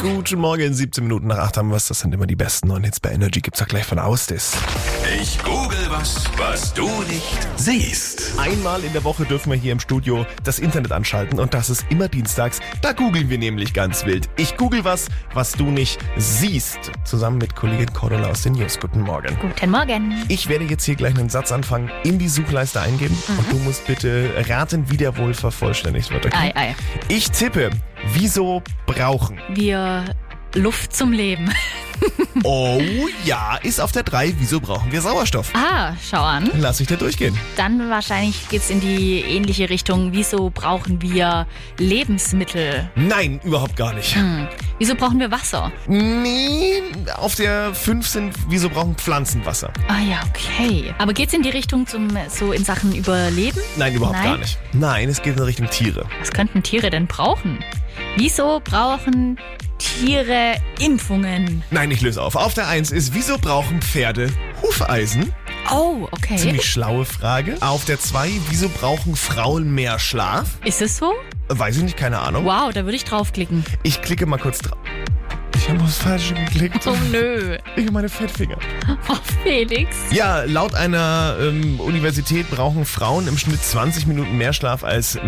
Guten Morgen, 17 Minuten nach 8 haben wir es. Das sind immer die besten neuen Hits bei Energy. Gibt's auch gleich von Ausdis. Ich google was, was du nicht siehst. Einmal in der Woche dürfen wir hier im Studio das Internet anschalten und das ist immer dienstags. Da googeln wir nämlich ganz wild. Ich google was, was du nicht siehst. Zusammen mit Kollegin Cordula aus den News. Guten Morgen. Guten Morgen. Ich werde jetzt hier gleich einen Satz anfangen, in die Suchleiste eingeben Mhm. und du musst bitte raten, wie der wohl vervollständigt wird. Okay? Ei, ei. Ich tippe, wieso brauchen? Wir Luft zum Leben. Oh ja, ist auf der 3, wieso brauchen wir Sauerstoff? Ah, schau an. Lass ich dir durchgehen. Dann wahrscheinlich geht's in die ähnliche Richtung. Wieso brauchen wir Lebensmittel? Nein, überhaupt gar nicht. Hm. Wieso brauchen wir Wasser? Nee, auf der 5 sind, wieso brauchen Pflanzen Wasser? Ah ja, okay. Aber geht's in die Richtung zum so in Sachen Überleben? Nein, überhaupt Nein? gar nicht. Nein, es geht in Richtung Tiere. Was könnten Tiere denn brauchen? Wieso brauchen Tiere Impfungen? Nein, ich löse auf. Auf der 1 ist, wieso brauchen Pferde Hufeisen? Oh, okay. Ziemlich schlaue Frage. Auf der 2, wieso brauchen Frauen mehr Schlaf? Ist es so? Weiß ich nicht, keine Ahnung. Wow, da würde ich draufklicken. Ich klicke mal kurz drauf. Ich habe aufs Falsche geklickt. Oh nö. Ich habe meine Fettfinger. Oh, Felix. Ja, laut einer ähm, Universität brauchen Frauen im Schnitt 20 Minuten mehr Schlaf als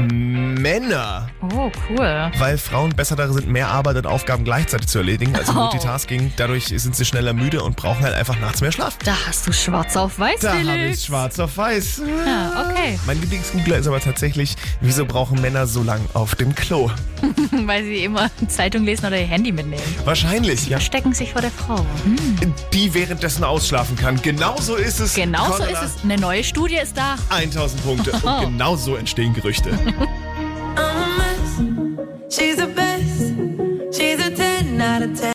Männer, Oh, cool. weil Frauen besser darin sind, mehr Arbeit und Aufgaben gleichzeitig zu erledigen, also Oh. Multitasking. Dadurch sind sie schneller müde und brauchen halt einfach nachts mehr Schlaf. Da hast du schwarz auf weiß, Da Felix. habe ich schwarz auf weiß. Ja, okay. Mein Lieblingsgoogler ist aber tatsächlich, wieso brauchen Männer so lang auf dem Klo? Weil sie immer Zeitung lesen oder ihr Handy mitnehmen. Wahrscheinlich, ja. Stecken sich vor der Frau. Hm. Die währenddessen ausschlafen kann. Genau so ist es. Genauso Cordula. ist es. Oh. Eine neue Studie ist da. 1000 Punkte. Und genau so entstehen Gerüchte. I'm a mess. She's a best. She's a 10 out of 10.